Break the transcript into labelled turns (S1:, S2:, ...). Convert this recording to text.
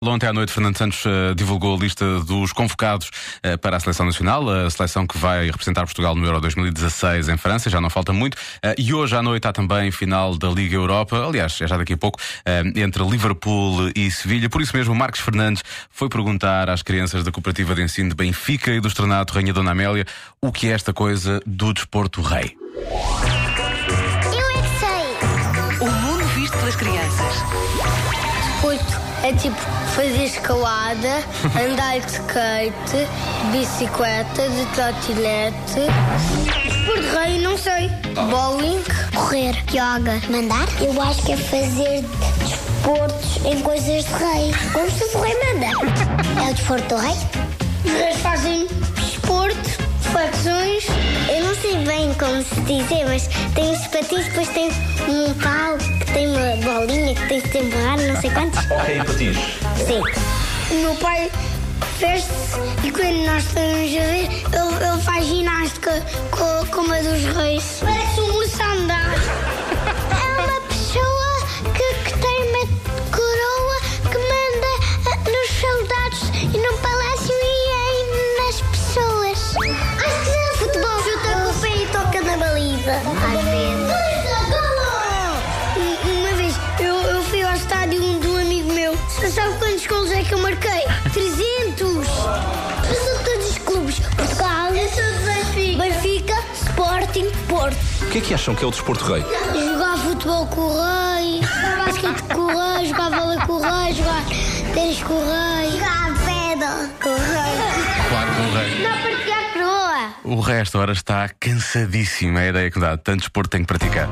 S1: Ontem à noite, Fernando Santos eh, divulgou a lista dos convocados eh, para a seleção nacional, a seleção que vai representar Portugal no Euro 2016 em França, já não falta muito. Eh, e hoje à noite há também final da Liga Europa, aliás, é já daqui a pouco, eh, entre Liverpool e Sevilha. Por isso mesmo, Marcos Fernandes foi perguntar às crianças da Cooperativa de Ensino de Benfica e do Estrenato Rainha Dona Amélia o que é esta coisa do desporto rei.
S2: Eu é que sei.
S3: O mundo visto pelas crianças.
S2: Desporto é tipo fazer escalada, andar de skate, de bicicleta, de trotinete. Desporto rei, não sei. Bowling. Correr. Yoga. Mandar. Eu acho que é fazer desportos em coisas de rei. Como se o rei manda. É o desporto do rei? Os reis fazem desporto. Facções? Eu não sei bem como se dizer, mas tem os patins, depois tem um pau, que tem uma bolinha, que tem que temperar, não sei quantos.
S4: Ok, patins.
S2: Sim. O meu pai veste-se e quando nós estamos a ver, ele, ele faz ginástica com, com uma dos reis. Parece um urso a andar. É uma pessoa que, que tem uma coroa que manda eh, nos soldados e no palácio e aí nas pessoas. Acho que não. Futebol chuta com o pé e toca na baliza. Às vezes. Uma vez eu, eu fui ao estádio de um amigo meu. Sabe quantos gols é que eu marquei? 300! Eu sou de todos os clubes. Portugal. Eu sou de É Benfica. Benfica, Sporting, Porto.
S4: O que é que acham que é o desporto rei?
S2: Jogar futebol com o rei, jogar basquete com o rei, jogar vôlei com o rei, jogar tênis com o rei. Jogar pedra com o rei.
S1: Claro que o rei.
S2: Não partilhar coroa.
S1: O resto, ora, está cansadíssimo. É a ideia que dá. Tanto desporto tem que praticar.